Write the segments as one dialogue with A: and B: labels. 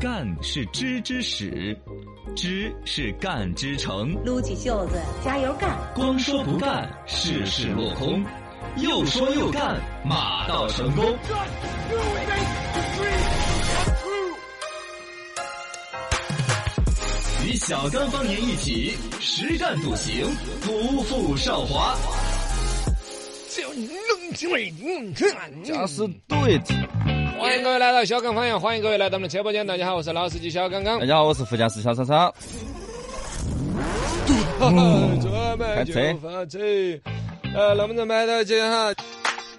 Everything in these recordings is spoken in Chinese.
A: 干是织之始，织是干之成。
B: 撸起袖子，加油干！
A: 光说不干，事事落空；又说又干，马到成功。与小刚方言一起，实干笃行，不负韶华。
C: 就弄起来，弄起来，
D: 这是对子。
C: 欢迎各位来到小刚方向，欢迎各位来到我们的直播间。大家好，我是老司机小刚刚
D: 大。家哎好，我是副驾驶小超超。嗯
C: 准备
D: 开
C: 就
D: 车
C: 发车，呃，能不能买到车哈？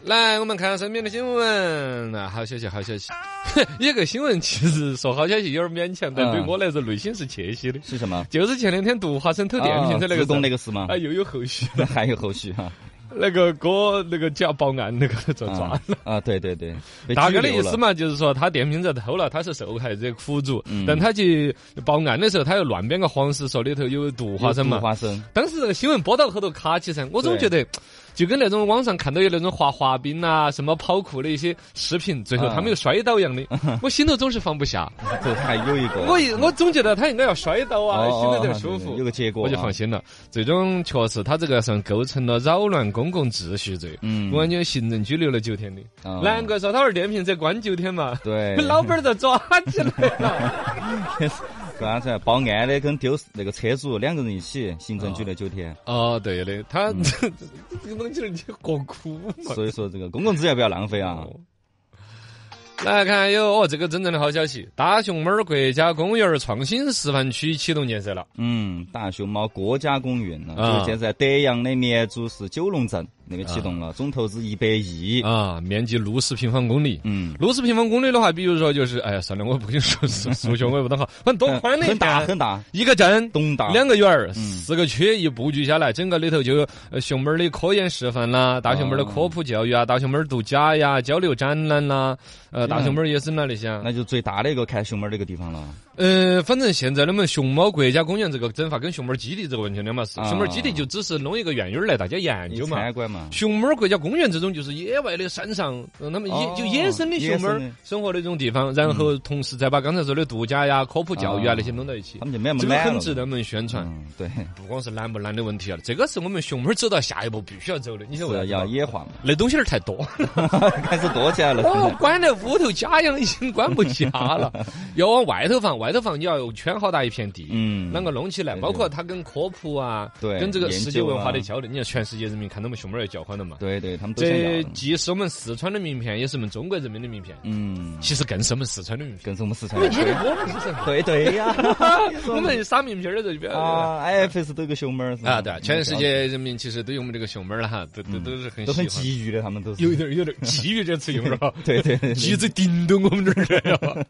C: 来，我们看身边的新闻啊，好消息，好消息。 一个新闻其实说好消息有点勉强，但
D: 嗯
C: 对我来说内心是窃喜的。
D: 是什么？
C: 就是前两天读华生偷电瓶车那
D: 啊
C: 个
D: 自贡那
C: 个
D: 个是吗
C: 啊，？又有后续了。
D: 那还有后续哈？
C: 那个哥，那个叫报案那个抓 抓
D: 啊
C: 了。
D: 啊，对对对，被
C: 大概
D: 拘
C: 的
D: 留
C: 意思
D: 了。
C: 嘛，就是说他电瓶车偷了，他是受害者苦主，
D: 嗯
C: 但他去报案的时候，他又乱编个谎是说里头有毒花生嘛
D: 有毒。花生
C: 当时这个新闻播到后头卡起噻，我总觉得。就跟那种网上看到有那种滑滑冰啊、什么跑酷的一些视频，最
D: 啊
C: 后他们又摔倒一 样的，我心头总是放不下。
D: 这还有一个，
C: 我一我总觉得他应该要摔倒啊，心
D: 哦
C: 里头舒
D: 对对
C: 服
D: 有。个结果，
C: 我就放。心了。最终确实，他这个算构成了扰乱公共秩序罪，
D: 嗯
C: 公安局行政拘留了九天的。
D: 哦
C: 难怪说他玩电瓶车关九天嘛，
D: 对
C: 老板儿都抓起来了。
D: 刚才报案的跟丢那个车主两个人一起行政拘留九天，
C: 哦，对的，他这个东西儿你过苦嘛。
D: 所以说这个公共资源不要浪费啊。
C: 哦来看有哦，这个真正的好消息，大熊猫儿国家公园儿创新示范区启动建设了。
D: 嗯，大熊猫国家公园呢，
C: 啊
D: 就是现在德阳的绵竹市九龙镇那边启动了，总投资一百亿。
C: 啊，面积六十平方公里。
D: 嗯，
C: 六十平方公里的话，比如说就是，哎呀，算了，我不跟你说数数学，我也不懂好，反正多宽的一
D: 很大
C: 片
D: 很大，
C: 一个镇。
D: 东大
C: 两个园儿，四个区一布局下来，整个里头就有呃熊猫儿的科研示范
D: 嗯
C: 啦，大熊猫儿的科普教育啊，大熊猫儿度假呀、交流展览啦，呃，大熊猫儿野生啦那些啊。
D: 嗯那就最大的一个看熊猫的一个地方了。
C: 呃，反正现在我们熊猫国家公园这个整法跟熊猫儿基地这个完全两码事。
D: 啊
C: 熊猫儿基地就只是弄一个园园儿来大家研
D: 你
C: 究嘛
D: 参。观嘛？
C: 熊猫儿国家公园这种就是野外的山上，让他们野、
D: 哦嗯
C: 就野生的熊猫
D: 野
C: 儿
D: 生的
C: 生活的这种地方，然后同时再把刚才说的度假呀、科普教育啊、
D: 啊
C: 那些弄到一起
D: 他，们就没那么
C: 这个
D: 懒
C: 很
D: 了。
C: 值得我们宣传。
D: 嗯，对，
C: 不光是懒不懒的问题啊，这个是我们熊猫儿走到下一步必须要走的。你想为啥
D: 是
C: 子吗？
D: 啊要野化嘛，
C: 那东西儿太 多，
D: 开始多起来了。
C: 哦
D: 现，
C: 关在屋头家养已经关不下 了，要往外头放，外头放你要圈好大一片地，
D: 嗯
C: 啷个弄起来？
D: 对
C: 包括它跟科普啊，
D: 对
C: 跟这个世界文化的
D: 研究
C: 交流，你看全世界人民看到我们熊猫儿要交换了嘛
D: 在？ 对对，他们都想要
C: 这
D: 的。
C: 既是我们四川的名片，也是我们中国人民的名片，
D: 嗯，
C: 其实更是我们四川的名片。
D: 更是我们四川
C: 因为
D: 人。
C: 你看我们就是
D: 对对呀，
C: 我们撒名片儿的这边
D: 啊，IFS 都有个熊猫儿是吧
C: 啊，对啊，全世界人民其实对我们这个熊猫儿了哈，都都都是很
D: 都很
C: 喜欢。
D: 急于的，他们都是
C: 有一点儿有点儿急于这次用了，
D: 对对对对
C: 急着叮咚我们这儿来 了。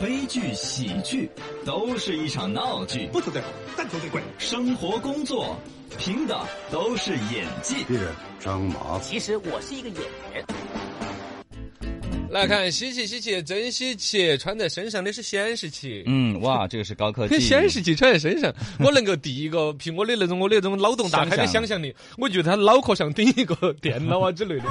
A: 悲剧、喜剧，都是一场闹剧。
E: 不求最好，但求最贵。
A: 生活、工作，凭的都是演技。
E: 鄙人张麻子，
F: 其实我是一个演员。
C: 来看稀奇稀奇，真稀奇，穿在身上的是显示器。
D: 嗯，哇，这个是高科技
C: 跟。显示器穿在身上，我能够第一个凭我的那种我的那种脑洞大开的想象力，我觉得他脑壳上顶一个电脑啊之 类的。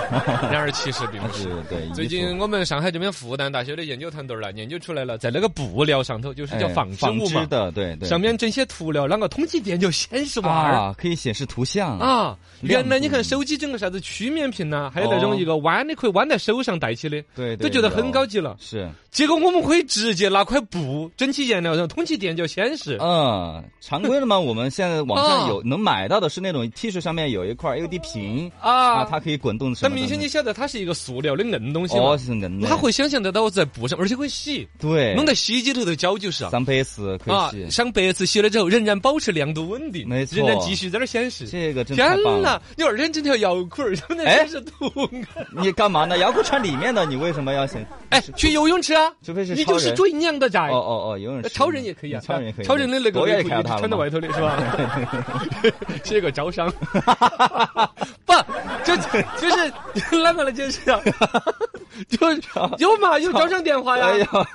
C: 然而其实并不是
D: 是。对，
C: 最
D: 衣服
C: 近我们上海这边复旦大学的研究团队儿呢，研究出来了，在那个布料上头，就是叫
D: 哎
C: 纺织
D: 纺
C: 物嘛
D: 织，的，对对，
C: 上面整些涂料，啷个统计点就显示娃儿。
D: 啊可以显示图像
C: 啊，
D: 亮
C: 原来你
D: 度
C: 看手机整个啥子曲面屏呐、还有那种
D: 哦
C: 一个弯的可以弯在手上戴起的，
D: 对
C: 都
D: 对哦
C: 觉得
D: 有
C: 很高级了。
D: 是，
C: 结果我们可以直接拿块布整起颜料，然后通气点就显示。
D: 嗯，常规的嘛，我们现在网上
C: 啊
D: 有能买到的是那种 T 恤上面有一块 LED 屏
C: 啊
D: 它可以滚动什
C: 但
D: 么的。
C: 明显你晓得它是一个塑料的硬东西
D: 哦
C: 嘛，
D: 是硬的，
C: 它会想象得到我在布上，而且可以洗，
D: 对
C: 弄在洗衣机里头搅就是啊。
D: 三倍是可
C: 啊，
D: 以洗，
C: 上白次洗了之后，仍然保持亮度稳定，
D: 没错
C: 仍然继续在那儿显示。
D: 这个真
C: 天
D: 太棒
C: 哪
D: 了！！
C: 你二天整条摇裤儿，真的
D: 哎
C: 真是图案。
D: 你干嘛呢？摇裤穿里面的，你为什么要显？
C: 哎，去游泳池啊！
D: 除非是
C: 你
D: 超
C: 就是
D: 人
C: 最娘的在。
D: 哦哦哦，游泳池
C: 哎超人也可以啊，
D: 超人也可以，
C: 超人的那个
D: 我也
C: 内裤
D: 看
C: 也
D: 到他
C: 穿到
D: 了
C: 外
D: 嘛。
C: 头的是吧？ 是一个招商， 不，就就是啷个来解释啊？就是有嘛，有招商电话
D: 哎
C: 呀。
D: 呀，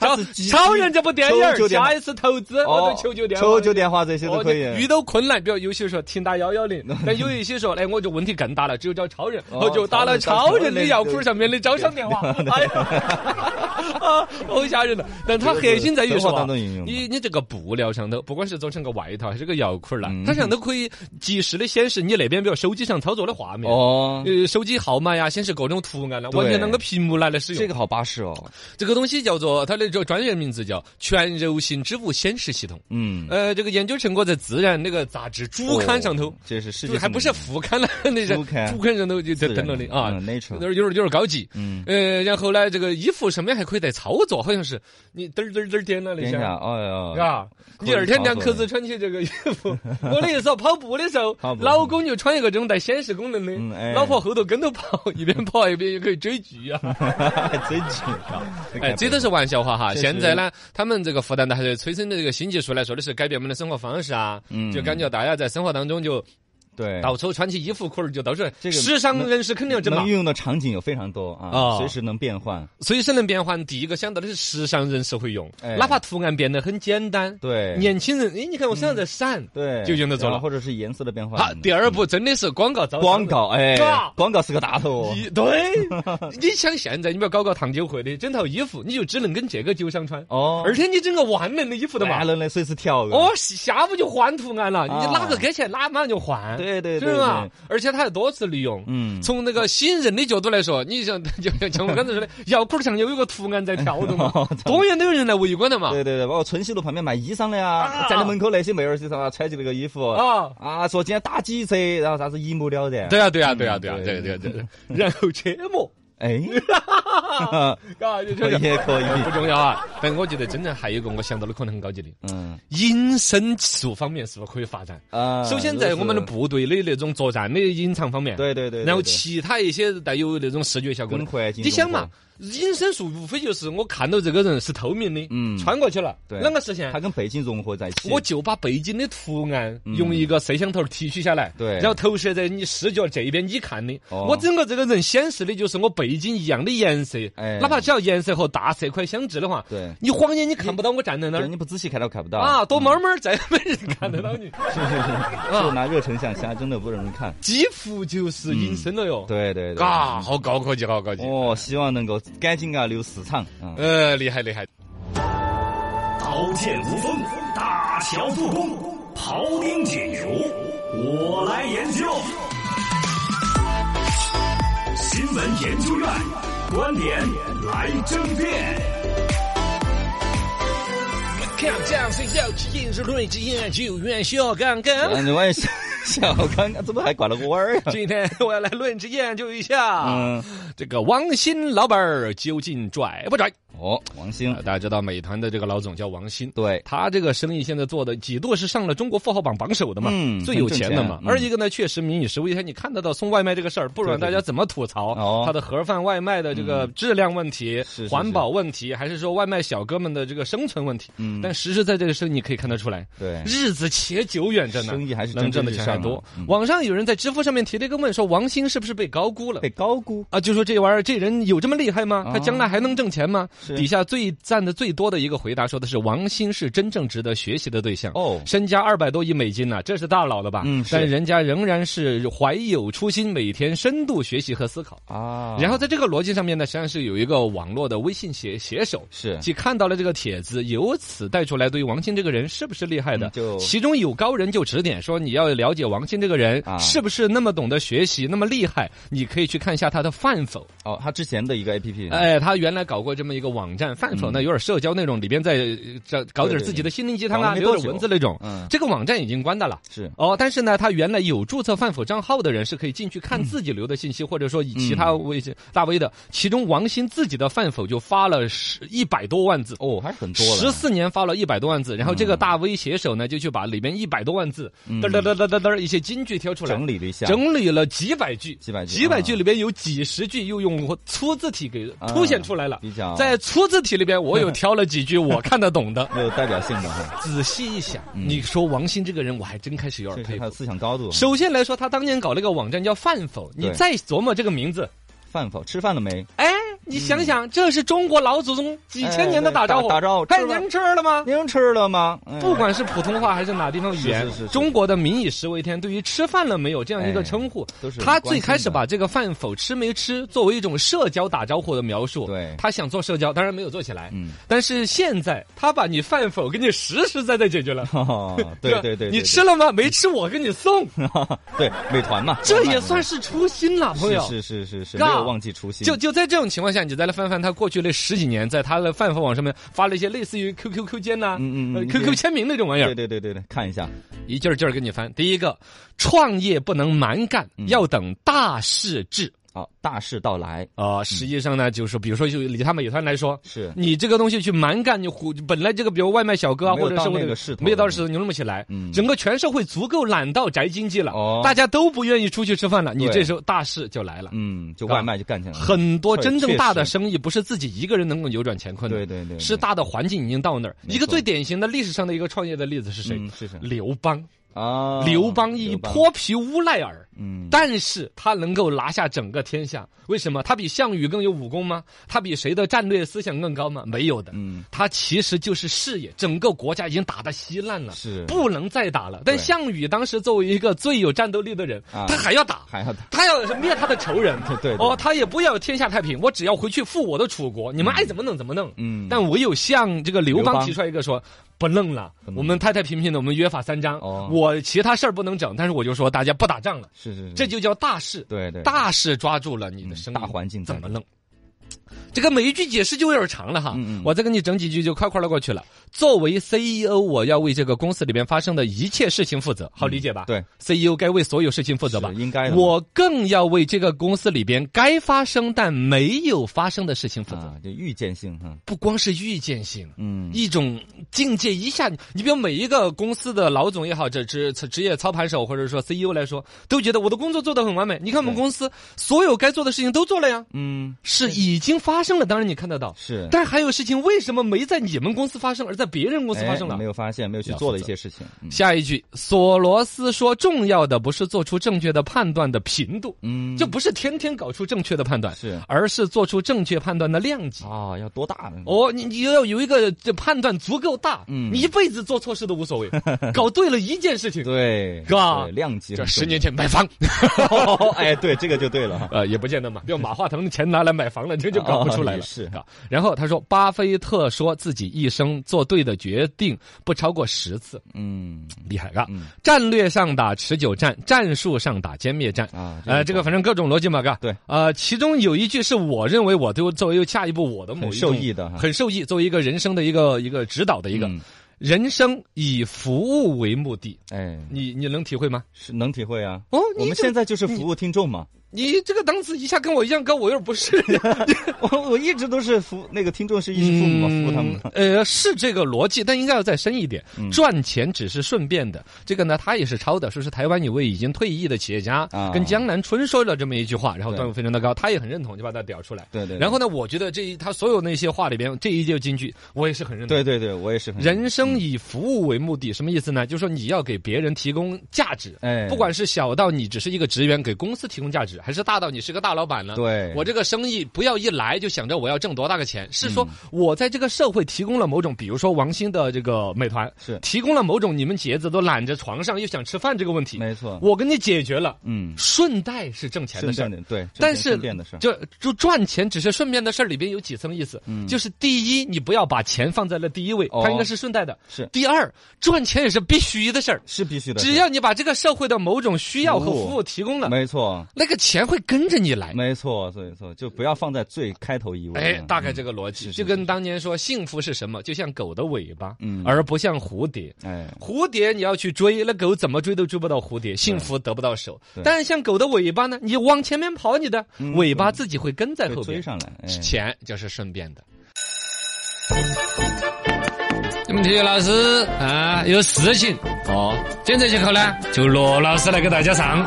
C: 超
D: 他是积极
C: 超人这部电影
D: 求
C: 儿，
D: 救电话
C: 下一次投资我
D: 哦
C: 都求救电话。
D: 求救电话这些都
C: 哦，
D: 可以。
C: 遇到困难，比如有些说请打幺幺 零，但有一些说，哎，我这问题更大了，只有找超人，
D: 哦
C: 我就打了
D: 超人
C: 超人的药库上面的招商电话。哎呀， 啊，好吓人了。但它核心在于
D: 生
C: 说
D: 活
C: 啊
D: 当中应用的
C: 你你这个布料上头，不管是做成个外套还是个摇裤儿啦
D: 嗯，
C: 它上头可以及时的显示你那边，比如手机上操作的画面。
D: 哦，
C: 呃，手机号码呀，显示各种图案了，
D: 对
C: 完全当个屏幕拿来使用。
D: 这个好巴 适哦。
C: 这个东西叫做它的这专业名字叫全柔性织物显示系统。
D: 嗯，
C: 呃，这个研究成果在《自然》那个杂志主刊上头
D: 哦，这是世
C: 就
D: 界性的
C: 还不是副刊了， 那是
D: 主刊
C: 主刊上头就
D: 自
C: 就登
D: 然
C: 了的啊，
D: 嗯
C: 有
D: ，nature，
C: 点有点有点高级。
D: 嗯，
C: 呃，然后呢，这个衣服上面还可以带操作，好像是你嘚儿嘚儿嘚儿点了那
D: 天下，
C: 下。
D: 哎呀，
C: 啊！
D: 可以
C: 你二天
D: 操
C: 两
D: 作
C: 口
D: 的
C: 子穿起这个衣 服，我的意思啊，跑步的时候
D: 跑，步
C: 老公就穿一个这种带显示功能
D: 嗯
C: 的，
D: 哎
C: 老婆后头跟着跑，一边跑一边也可以追剧啊。
D: 真紧 张，
C: 哎，这都是玩笑话哈。
D: 确实
C: 现在呢，他们这个复旦大学催生的这个新技术来说的是改变我们的生活方式啊，
D: 嗯
C: 就感觉大家在生活当中就
D: 对，
C: 到处穿起衣服裤儿，就到处。
D: 这个
C: 时尚人士肯定要整嘛
D: 能，运用的场景有非常多啊，
C: 啊
D: 随时能变换。
C: 随身能变换。第一个想到的是时尚人士会用，
D: 哎
C: 哪怕图案变得很简单，
D: 对
C: 年轻人，哎，你看我身上在闪，
D: 对，
C: 就用得着
D: 然后
C: 了。
D: 或者是颜色的变化。
C: 好，第二步真的是广告招商
D: 广。告，哎
C: 是吧，
D: 广告是个大头哦。
C: 一 对，你想现在你不要搞个糖酒会的，整套衣服你就只能跟这个酒商穿，
D: 哦，
C: 而且你整个万能的衣服的嘛
D: 万，能的随时调啊。
C: 哦，下午就换图案了，
D: 啊
C: 你哪个给钱哪马上就换，
D: 对对对
C: 是吧
D: 对？
C: 而且它还多次利用。
D: 嗯，
C: 从那个新人的角度来说，你像 就就像我刚才说的，摇裤上有一个图案在跳动嘛
D: 哦 操，
C: 多远都有人来围观的嘛。
D: 对对对，包括春熙路旁边卖衣裳的呀，站在门口那些妹儿身上啊，穿起那个衣服
C: 啊
D: 啊，说今天打几折，然后啥子一目了然。
C: 对，啊，对啊，对啊，对啊，
D: 嗯
C: 对
D: 对
C: 对对对。 然后车模，
D: 哎，
C: 啊，就
D: 可
C: 这
D: 以
C: 个
D: 可
C: 不
D: 以，
C: 重要啊。但我觉得真正还有一个我想到的可能很高级的，
D: 嗯
C: 隐身术方面是不是可以发展？
D: 啊。
C: 首先，在我们的部队的那种作战的隐藏方面，
D: 对对对对
C: 然后
D: 对
C: 其他一些带有那种视觉效果的
D: 跟环境
C: 你想
D: 融
C: 嘛
D: 合，
C: 隐身术无非就是我看到这个人是透明的，
D: 嗯
C: 穿过去了，
D: 对
C: 啷个实现
D: 它？跟背景融合在一起。
C: 我就把背景的图案用一个摄像头提取下来，
D: 嗯对
C: 然后投射在你视角这一边你看的，
D: 哦
C: 我整个这个人显示的就是我背景一样的颜色，
D: 哎
C: 哪怕只要颜色和大色块相致的话，
D: 对
C: 你晃眼你看不到我站在那
D: 对
C: 儿
D: 你不仔细看都看不到
C: 啊，躲猫猫儿再也没人看得到你，
D: 是是是，
C: 啊
D: 就拿热成像虾真的不容易看。
C: 几乎就是隐身了哟，
D: 对对对，
C: 啊，好高科技，好高级，
D: 哦，希望能够赶紧啊留市场啊。
C: 呃，厉害厉害。
E: 刀剑无锋，大乔复工，庖丁解牛，我来研究。新闻研究院观点来争辩。
C: 看掌声要起，硬是论及研究院小刚刚。
D: 嗯，你万一小小刚刚怎么还挂了个弯 儿呀？
C: 今天我要来论及研究一下，
D: 嗯
C: 这个王兴老板儿究竟拽不拽？
D: 哦，王兴
C: 呃，大家知道美团的这个老总叫王兴。
D: 对，
C: 他这个生意现在做的几度是上了中国富豪榜榜首的嘛，
D: 嗯
C: 最有钱的嘛
D: 很挣。钱
C: 而一个呢，确实民以食为天，你看得到送外卖这个事儿，不管大家怎么吐槽
D: 对哦
C: 他的盒饭外卖的这个质量问题、
D: 嗯是是
C: 环保问题，还是说外卖小哥们的这个生存问题。
D: 嗯
C: 但实实在在的事儿，你可以看得出来，
D: 对
C: 日子且久远着呢，
D: 生意还是
C: 能挣的钱还
D: 蒸蒸日
C: 多
D: 上啊。嗯
C: 网上有人在知乎上面提了一个问，说王兴是不是被高估了？
D: 被高估，
C: 啊，就说这玩意儿，这人有这么厉害吗？
D: 啊
C: 他将来还能挣钱吗？
D: 是
C: 底下最赞的最多的一个回答说的是王兴是真正值得学习的对象。
D: 哦
C: 身家二百多亿美金呐、这是大佬了吧？
D: 嗯是
C: 但人家仍然是怀有初心，每天深度学习和思考。
D: 啊
C: 然后在这个逻辑上面呢，实际上是有一个网络的微信写写手。
D: 是
C: 既看到了这个帖子，由此带出来对于王兴这个人是不是厉害的
D: 嗯，就
C: 其中有高人就指点说，你要了解王兴这个人
D: 啊
C: 是不是那么懂得学习，那么厉害，你可以去看一下他的饭否。
D: 哦，他之前的一个 A P P，
C: 哎，他原来搞过这么一个网站，饭否呢有点社交那种，里边在这搞点
D: 嗯对对
C: 自己的心灵鸡汤
D: 搞
C: 啊，
D: 了没
C: 留
D: 多
C: 点文
D: 久
C: 字那种。
D: 嗯
C: 这个网站已经关掉了。
D: 是
C: 哦，但是呢，他原来有注册饭否账号的人是可以进去看自己留的信息，或者说以其他微信大 V 的，其中王兴自己的饭否就发了十一百多万字。
D: 哦，还是很多
C: 十
D: 了，嗯
C: 四年发了一百多万字，然后这个大 V 写手呢就去把里边一百多万字，嘚嘚嘚嘚嘚嘚一些金句挑出来，
D: 整理了一下，
C: 整理了几百句，
D: 几百句
C: 几百句里边有几十句又用粗字体给
D: 啊
C: 凸显出来了
D: 比。较
C: 在粗字体里边，我有挑了几 句我看得懂的。嗯
D: 没有代表性的哈，
C: 仔细一想，你说王兴这个人，我还真开始有
D: 这
C: 点
D: 是
C: 佩
D: 他
C: 服
D: 的。思想高度。
C: 首先来说，他当年搞了个网站叫饭否，你
D: 对
C: 再琢磨这个名字，
D: 饭否吃饭了没？
C: 哎，你想想，这是中国老祖宗几千年的打招呼，
D: 哎打打招呼
C: 哎，
D: 吃了
C: 您吃了吗？
D: 您吃了吗？嗯
C: 不管是普通话还是哪地方语言，
D: 是是是是
C: 中国的“民以食为天”对于吃饭了没有这样一个称呼。
D: 都是
C: 他
D: 关
C: 最
D: 心
C: 开始
D: 的
C: 把这个饭否吃没吃作为一种社交打招呼的描述，
D: 对
C: 他想做社交，当然没有做起来。
D: 嗯，
C: 但是现在他把你饭否给你实实在在解决了。
D: 哦， 对
C: 是吧
D: 对对，
C: 你吃了吗？没吃，我给你 送，
D: 了， 对美团嘛，
C: 这
D: 外卖
C: 也算是初心了，朋友。
D: 是是是是是，没
C: 嘎
D: 有忘记初心，
C: 就就在这种情况下，你再来翻翻他过去那十几年，在他的饭否网上面发了一些类似于 QQ 空间呐、
D: 嗯嗯嗯
C: 呃
D: 对
C: QQ 签名那种玩意儿
D: 对，对对对对，看一下，
C: 一劲儿劲儿跟你翻。第一个，创业不能蛮干，
D: 嗯
C: 要等大势至。
D: 好，大势到来
C: 啊、实际上呢，就是比如说，就以他美团来说，
D: 哦嗯是
C: 你这个东西去蛮干，你虎本来这个比如外卖小哥啊，
D: 没有
C: 或者
D: 到
C: 是我
D: 那
C: 的
D: 个势头
C: 没有到势头，你弄不起来。
D: 嗯
C: 整个全社会足够懒到宅经济了，
D: 哦
C: 大家都不愿意出去吃饭了，你
D: 对
C: 这时候大势就来了。
D: 嗯，就
C: 嘎
D: 外卖就干起来了，
C: 很多
D: 确
C: 真正
D: 确
C: 大的
D: 实
C: 生意不是自己一个人能够扭转乾坤的，
D: 对对对对
C: 是大的环境已经到那儿。
D: 没
C: 一个
D: 错
C: 最典型的历史上的一个创业的例子是谁？
D: 嗯是谁
C: 刘邦。
D: 啊，
C: 刘邦一
D: 刘邦
C: 泼皮乌赖尔，
D: 嗯，
C: 但是他能够拿下整个天下，为什么？他比项羽更有武功吗？他比谁的战略思想更高吗？没有的，
D: 嗯
C: 他其实就是视野，整个国家已经打得稀烂了，
D: 是
C: 不能再打了。但
D: 对
C: 项羽当时作为一个最有战斗力的人，
D: 啊
C: 他还要打，
D: 还要打
C: 他要是灭他的仇人，
D: 对对
C: 哦，他也不要天下太平，我只要回去复我的楚国，你们爱怎么弄怎么弄。
D: 嗯
C: 但唯有像这个刘
D: 刘
C: 邦
D: 邦
C: 提出来一个说。不弄了，我们太太平平的，我们约法三章。
D: 哦
C: 我其他事儿不能整，但是我就说大家不打仗了，
D: 是是是，
C: 这就叫大势。
D: 对对
C: 大势抓住了你的
D: 嗯
C: 生意，
D: 大环境在
C: 怎么弄？这个每一句解释就有点长了哈，
D: 嗯嗯
C: 我再给你整几句就快快的过去了。作为 CEO，我要为这个公司里面发生的一切事情负责，好理解吧？
D: 嗯对
C: ，CEO E 该为所有事情负责吧？
D: 是应该的嘛
C: 我更要为这个公司里边该发生但没有发生的事情负责，
D: 啊，就预见性哈，
C: 不光是预见性，
D: 嗯，
C: 一种境界一下，你比如每一个公司的老总也好，这职职业操盘手或者说 CEO 来说，都觉得我的工作做得很完美。你看我们
D: 对
C: 公司所有该做的事情都做了呀，
D: 嗯
C: 是已经发生了，当然你看得到。
D: 是，
C: 但还有事情为什么没在你们公司发生，而在别人公司
D: 哎
C: 发生了？
D: 没有发现，没有去做的一些事情，嗯
C: 下一句，索罗斯说，重要的不是做出正确的判断的频度，
D: 嗯，
C: 就不是天天搞出正确的判断，
D: 是
C: 而是做出正确判断的量级。
D: 啊，要多大呢？
C: 哦，你你要有一个这判断足够大，
D: 嗯
C: 你一辈子做错事都无所谓，搞对了一件事情，
D: 对，
C: 嘎
D: 对量级
C: 这
D: 很
C: 十
D: 重要
C: 年前买房，
D: 哦， 哎，对，这个就对 了。
C: 呃，也不见得嘛，要马化腾的钱拿来买房了，这就搞不出来了。
D: 哦也是
C: 啊。然后他说，巴菲特说自己一生做对的决定不超过十次，
D: 嗯，
C: 厉害啊！
D: 嗯
C: 战略上打持久战，战术上打歼灭战
D: 啊这个
C: 呃，这个
D: 懂
C: 反正各种逻辑嘛，嘎。
D: 对
C: 呃，其中有一句是我认为我都作为下一步我的某一
D: 很受
C: 种
D: 益的哈
C: 很受益，作为一个人生的一个一个指导的一个。
D: 嗯
C: 人生以服务为目的，
D: 哎，
C: 你你能体会吗？
D: 是能体会啊。
C: 哦你
D: 我们
C: 这
D: 现在就是服务听 众嘛。
C: 你这个档次一下跟我一样高，我有点不适应。
D: 我我一直都是服那个听众是衣食父母嘛，服务他们。
C: 呃，是这个逻辑，但应该要再深一点。
D: 嗯
C: 赚钱只是顺便的，这个呢，他也是抄的，说是台湾有位已经退役的企业家、
D: 啊
C: 跟江南春说了这么一句话，然后
D: 对
C: 段位非常的高，他也很认同，就把他屌出来。
D: 对对对
C: 然后呢，我觉得这一他所有那些话里边这一句金句，我也是很认同。
D: 对对对，我也是很
C: 人
D: 嗯
C: 生以服务为目的，什么意思呢？就是说你要给别人提供价值，
D: 哎
C: 不管是小到你只是一个职员给公司提供价值，还是大到你是个大老板呢？
D: 对
C: 我这个生意不要一来就想着我要挣多大个钱，是说
D: 嗯
C: 我在这个社会提供了某种，比如说王兴的这个美团
D: 是
C: 提供了某种你们茄子都懒着床上又想吃饭这个问题，
D: 没错
C: 我给你解决了，
D: 嗯
C: 顺带是挣钱的
D: 顺
C: 事儿
D: 便。的对，
C: 但
D: 这
C: 是
D: 顺便的事儿。
C: 就就赚钱只是顺便的事儿里边有几层意思，就是第一，你不要把钱放在了第一位，
D: 嗯哦
C: 它应该是顺带的；
D: 是
C: 第二，赚钱也是必须的事儿，
D: 是必须的事儿，
C: 只要你把这个社会的某种需要和
D: 服务
C: 服务提供了，
D: 没错
C: 那个钱会跟着你来。
D: 没错，所以说就不要放在最开头一位。
C: 哎，大概
D: 嗯
C: 这个逻辑，
D: 是是
C: 就跟当年说幸福是什么，就像狗的尾巴，
D: 嗯
C: 而不像蝴蝶。
D: 哎
C: 蝴蝶你要去追，那狗怎么追都追不到蝴蝶，幸福得不到手
D: 对。
C: 但是像狗的尾巴呢，你往前面跑，你的尾巴自己会跟在
D: 被
C: 后边
D: 嗯追。上来，哎
C: 钱就是顺便的。你们体育老师啊有事情哦，现在节课呢就罗老师来给大家上。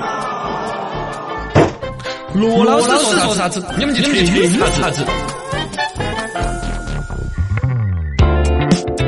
C: 罗老师说啥子，你们就听啥子。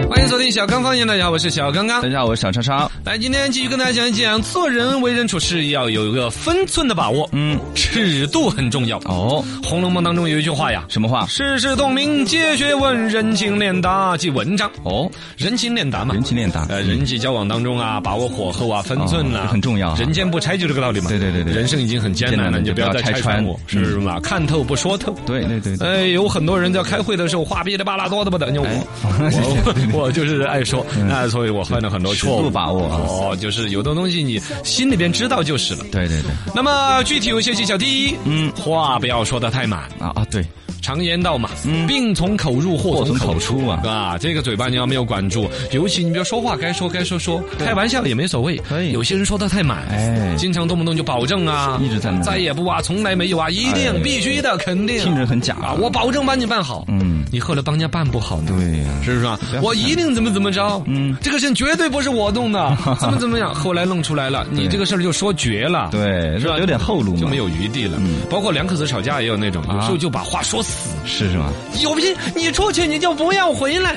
C: 欢迎收听的小刚方言，大家好，我是小刚刚
D: 大。家好，我是小超超。
C: 来，今天继续跟大家讲一讲，做人为人处事要有一个分寸的把握，
D: 嗯，
C: 尺度很重要。《
D: 哦，
C: 红楼梦》当中有一句话呀。
D: 什么话？
C: 世事洞明皆学问，人情练达即文章。
D: 哦，
C: 人情练达嘛，
D: 人情练达
C: 呃，人际交往当中啊，把握火候啊，分寸
D: 哦
C: 啊，
D: 很重要啊
C: 人间不拆就这个道理嘛。
D: 对对对对
C: 人生已经很艰难
D: 艰
C: 了，
D: 难
C: 你就不要
D: 就不
C: 再
D: 要拆
C: 拆穿
D: 穿
C: 我，
D: 嗯
C: 是不是嘛？看透不说透。
D: 对对对对，
C: 哎，有很多人在开会的时候话噼里啪啦多的不得，
D: 哎
C: 就我 我我我就是爱说，那所以我犯了很多错
D: 嗯尺
C: 误
D: 度把握啊
C: 哦，就是有的东西你心里边知道就是了。
D: 对对对，
C: 那么具体有些技巧，第一，嗯，话不要说的太满。
D: 啊啊对，
C: 常言道嘛，病从口入，祸从口
D: 嗯祸从口出啊
C: 啊，这个嘴巴你要没有管住，尤其你比如说话该说该说说，开玩笑也没所谓。
D: 可以
C: 有些人说的太满，
D: 哎
C: 经常动不动就保证啊，
D: 一直在那
C: 再也不啊，从来没有啊，一定、
D: 哎
C: 必须的，肯定，
D: 听着很假
C: 啊，我保证帮你办好，
D: 嗯
C: 你后来帮人家办不好呢，
D: 对呀
C: 是不是啊？我一定怎么怎么着，嗯，这个事情绝对不是我动 的，怎么怎么样，后来弄出来了，你
D: 对
C: 这个事儿就说绝了，。
D: 对，嗯
C: 是吧？
D: 有点后路嘛，
C: 就没有余地了。包括两口子吵架也有那种，有
D: 啊
C: 时候就把话说死，
D: 是是吗？
C: 有病，你出去你就不要回来。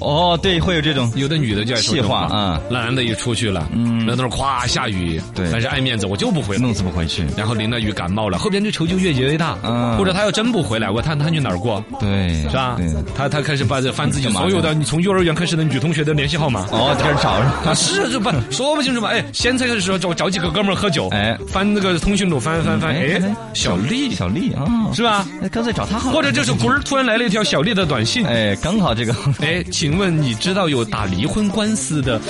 D: 哦，对，会有这种
C: 有的女的就爱说这种
D: 气话啊，嗯
C: 男的一出去了，那都是夸下雨，
D: 对
C: 但是爱面子，我就不回来。
D: 弄死不回去，
C: 然后淋了雨感冒了，后边这仇就越结越大。
D: 嗯
C: 或者他要真不回来，我看他去哪儿过，
D: 对，
C: 是吧
D: 对，？
C: 他他开始把这翻自己
D: 干嘛
C: 所有的，你从幼儿园开始的女同学的联系号码。
D: 哦，开始找是吧？
C: 啊，是这不说不清楚嘛？哎，先开始说找找几个哥们儿喝酒，
D: 哎
C: 翻那个通讯录翻翻翻，哎
D: 哎，
C: 小丽
D: 小丽啊，
C: 是吧？
D: 那干脆找他好了，
C: 或者这首歌儿突然来了一条小丽的短信。
D: 哎，刚好这个
C: 哎，请问你知道有打离婚官司的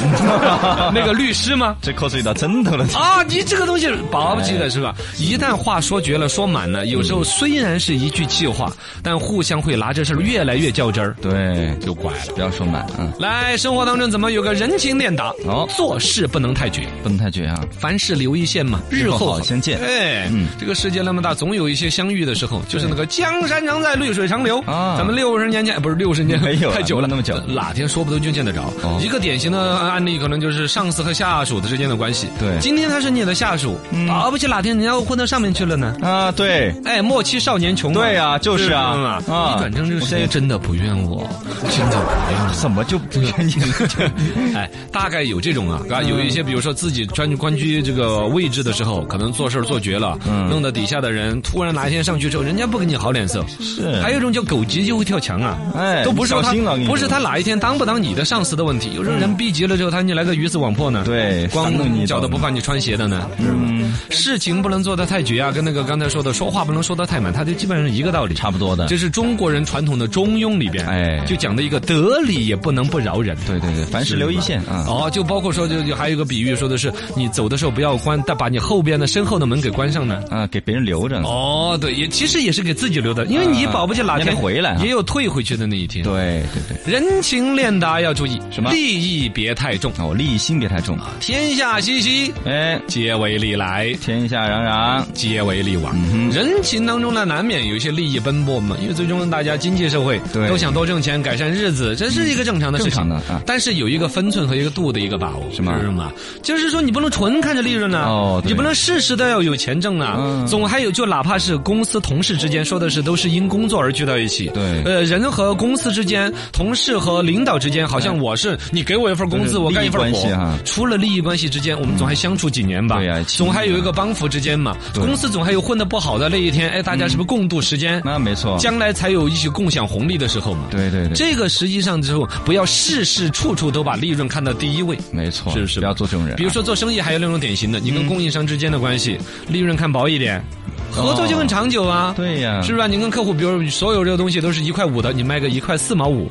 C: 那个律师吗？
D: 这口水到针头了，
C: 啊，你这个东西保不齐的是吧？一旦话说绝了、说满了，有时候虽然是一句气话，但互相会拿这事儿越来越较真儿，
D: 对，
C: 就拐了。
D: 不要说满啊，
C: 来，生活当中怎么有个人情练达？
D: 哦
C: 做事不能太绝，
D: 不能太绝啊，
C: 凡事留一线嘛，日
D: 日后
C: 后
D: 好相见
C: 哎，
D: 嗯
C: 这个世界那么大，总有一些相遇的时候，就是那个江山常在，绿水长流
D: 啊
C: 咱们六十年前不是六十年，
D: 没有 啊
C: 太久了，
D: 那么久
C: 哪天说不定就见得着
D: 哦。
C: 一个典型的案例，可能就是上司和下属的之间的关系。
D: 对嗯
C: 今天他是你的下属，保不齐哪天人家混到上面去了呢。
D: 啊，对，
C: 哎，莫欺少年穷嘛。
D: 对啊就是啊
C: 嗯
D: 啊
C: 你反正这个事情真的不怨我，真的不怨我。
D: 怎么就不愿意了？
C: 哎，大概有这种啊，
D: 嗯
C: 啊，有一些比如说自己专官居这个位置的时候，可能做事儿做绝了，
D: 嗯
C: 弄得底下的人突然哪一天上去之后，人家不给你好脸色。
D: 是
C: 还有一种叫狗急就会跳墙啊，
D: 哎
C: 都不是说他
D: 小心了我跟你说
C: 不是他哪一天当不当你的上司的问题，有时候人逼急了之后，他你来个鱼死网破呢，
D: 对
C: 光
D: 反正你
C: 脚的
D: 懂
C: 不怕你穿鞋的呢，嗯，事情不能做得太绝啊，跟那个刚才说的说话不能说得太满，它就基本上是一个道理，
D: 差不多的
C: 这是中国人传统的中庸里边，
D: 哎
C: 就讲的一个得理也不能不饶人，
D: 对对对，凡事留一线啊，
C: 哦，就包括说，就就还有一个比喻说的是，你走的时候不要关，但把你后边的身后的门给关上呢。
D: 啊，给别人留着呢，
C: 哦，对，也其实也是给自己留的，因为你保不齐哪
D: 你还
C: 天
D: 得回来啊
C: 也有退回去的那一天。，
D: 对对对，
C: 人情练达要注意，
D: 什么
C: 利益别太重，
D: 哦，利益心别太重，
C: 天下熙熙，
D: 哎，
C: 皆为利来。
D: 天下攘攘，
C: 皆为利往。
D: 嗯
C: 人情当中呢，难免有一些利益奔波嘛，因为最终大家经济社会
D: 对
C: 都想多挣钱、改善日子，这是一个正常的事情。
D: 正常的啊
C: 但是有一个分寸和一个度的一个把握，
D: 是吗
C: 是吗？就是说你不能纯看着利润啊，
D: 哦对
C: 你不能事事都要有钱挣啊，
D: 嗯
C: 总还有就哪怕是公司同事之间说的是都是因工作而聚到一起，
D: 对
C: 呃，人和公司之间、同事和领导之间，好像我是你给我一份工
D: 就是
C: 资，我干一份
D: 利益关系
C: 活
D: 啊，
C: 除了利益关系之间，我们总还相处几年吧，
D: 对呀
C: 总还有一个帮扶之间嘛，
D: 对嗯
C: 公司总还有混得不好的那一天，哎，大家是不是共度时间？
D: 那啊没错，
C: 将来才有一起共享红利的时候嘛。
D: 对对对，
C: 这个实际上之后，不要事事处处都把利润看到第一位。
D: 没错，
C: 是不是
D: 不要做这种人啊，
C: 比如说做生意，还有那种典型的，你跟供应商之间的关系，利润看薄一点，合作就更长久啊。
D: 嗯对哎呀
C: 是吧？你跟客户，比如所有这个东西都是一块五的，你卖个一块四毛 五，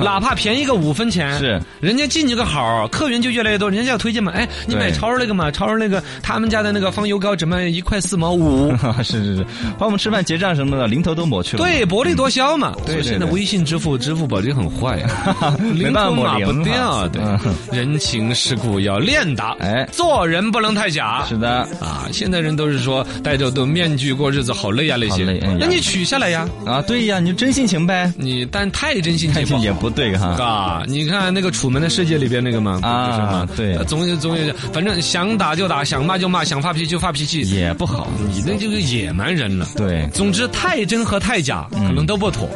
C: 哪怕便宜个五分钱，
D: 是
C: 人家进你个好，客源就越来越多，人家要推荐嘛，哎，你买
D: 对
C: 超市那个嘛，超市那个他们家的那个方油膏只卖一块四毛 五。
D: 是是是，把我们吃饭结账什么的零头都抹去了。
C: 对，薄利多销嘛。所
D: 对
C: 以
D: 对
C: 现在
D: 对，
C: 微信支付、支付宝这很坏啊
D: 没
C: 零
D: 办法
C: 头
D: 抹
C: 抹不
D: 零
C: 掉。
D: 哈
C: 对
D: 嗯，
C: 人情世故要练达，
D: 哎
C: 做人不能太假。
D: 是的，
C: 啊，现在人都是说戴着都面局过日子好累呀，那些
D: 好累哎呀。
C: 那你取下来呀，
D: 啊，对呀，你就真性情呗，
C: 你但太真性情
D: 太
C: 不
D: 性
C: 好
D: 也不对哈。
C: 啊！你看那个《楚门的世界》里边那个嘛，
D: 啊
C: 就是嘛
D: 对
C: 呃总有总有，反正想打就打，想骂就骂，想发脾气就发脾气，
D: 也不好
C: 你那就是野蛮人了。
D: 对嗯
C: 总之，太真和太假可能都不妥，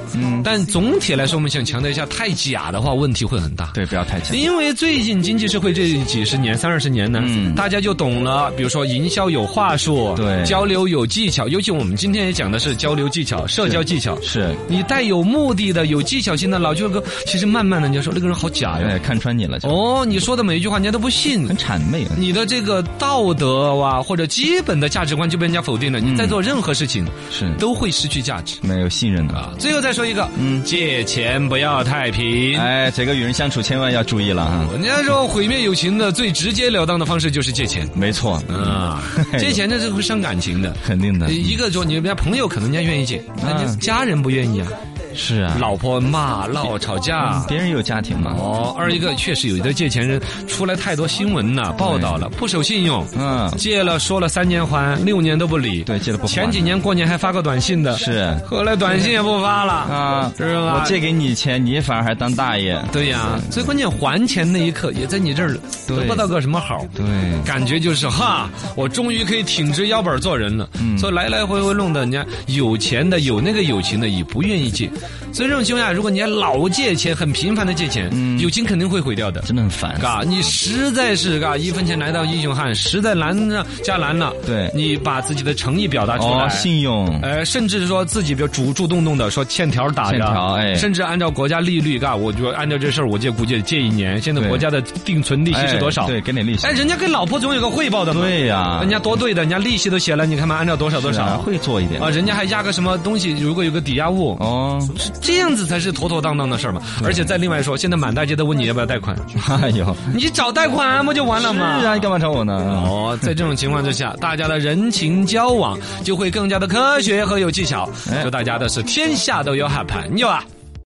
C: 但总体来说，我们想强调一下，太假的话问题会很大。
D: 对，不要太强。
C: 因为最近经济社会这几十年、三二十年呢，
D: 嗯
C: 大家就懂了，比如说营销有话术，
D: 对
C: 交流有技巧，尤其我们今天也讲的是交流技巧、社交技巧。
D: 是，
C: 你带有目的的、有技巧性的老舅哥，其实慢慢的人家说那个人好假呀。
D: 哎，看穿你了，就
C: 哦，你说的每一句话人家都不信
D: 很，谄媚啊。
C: 你的这个道德哇、或者基本的价值观就被人家否定了。你在做任何事情，
D: 嗯是
C: 都会失去价值
D: 没有信任的。
C: 啊。最后再说一个，
D: 嗯
C: 借钱不要太平。
D: 哎，这个与人相处千万要注意了哈。
C: 人家说毁灭友情的最直截了当的方式就是借钱
D: 没错，
C: 啊，
D: 哎
C: 借钱这是会伤感情的。
D: 肯定的，
C: 一个说你人家朋友可能人家愿意借，那你家人不愿意啊，
D: 嗯是啊，
C: 老婆骂闹吵架。
D: 别人有家庭嘛，
C: 哦，二一个确实有的借钱人出来太多新闻了，报道了，不守信用，
D: 嗯，
C: 借了说了三年还，六年都不理。
D: 对，借了不还
C: 前几年过年还发个短信的，
D: 是
C: 后来短信也不发了
D: 啊，
C: 是吧？
D: 我借给你钱，你反而还当大爷，
C: 对呀、最关键还钱那一刻也在你这儿了，
D: 对
C: 得不到个什么好。
D: 对
C: 感觉就是哈，我终于可以挺直腰板做人了。
D: 嗯
C: 所以来来回回弄得人家有钱的有那个友情的也不愿意借，所以这种情况下，如果你还老借钱，很频繁的借钱，
D: 嗯
C: 友情肯定会毁掉的。
D: 真的很烦。
C: 嘎，你实在是嘎一分钱难到英雄汉，实在难了加难了。
D: 对
C: 你把自己的诚意表达出来，
D: 哦，信用，
C: 呃，甚至说自己比如主主动动的说欠条打着，
D: 欠条哎
C: 甚至按照国家利率，嘎，我就按照这事儿，我借估计借一年，现在
D: 对
C: 国家的定存利息是多少？
D: 哎对，给点利息
C: 哎，。人家给老婆总有个汇报的嘛，
D: 对呀
C: 人家多对的，人家利息都写了，你看嘛，按照多少多
D: 是
C: 少
D: 啊会做一点
C: 啊，人家还压个什么东西，如果有个抵押物，
D: 哦，
C: 这样子才是妥妥当当的事儿嘛。而且再另外说，现在满大街都问你要不要贷款，
D: 哎呦，
C: 你找贷款不就完了
D: 是
C: 吗？
D: 啊，你干嘛找我呢？
C: 哦，在这种情况之下，大家的人情交往就会更加的科学和有技巧，
D: 哎
C: 祝大家的是天下都有好朋友啊！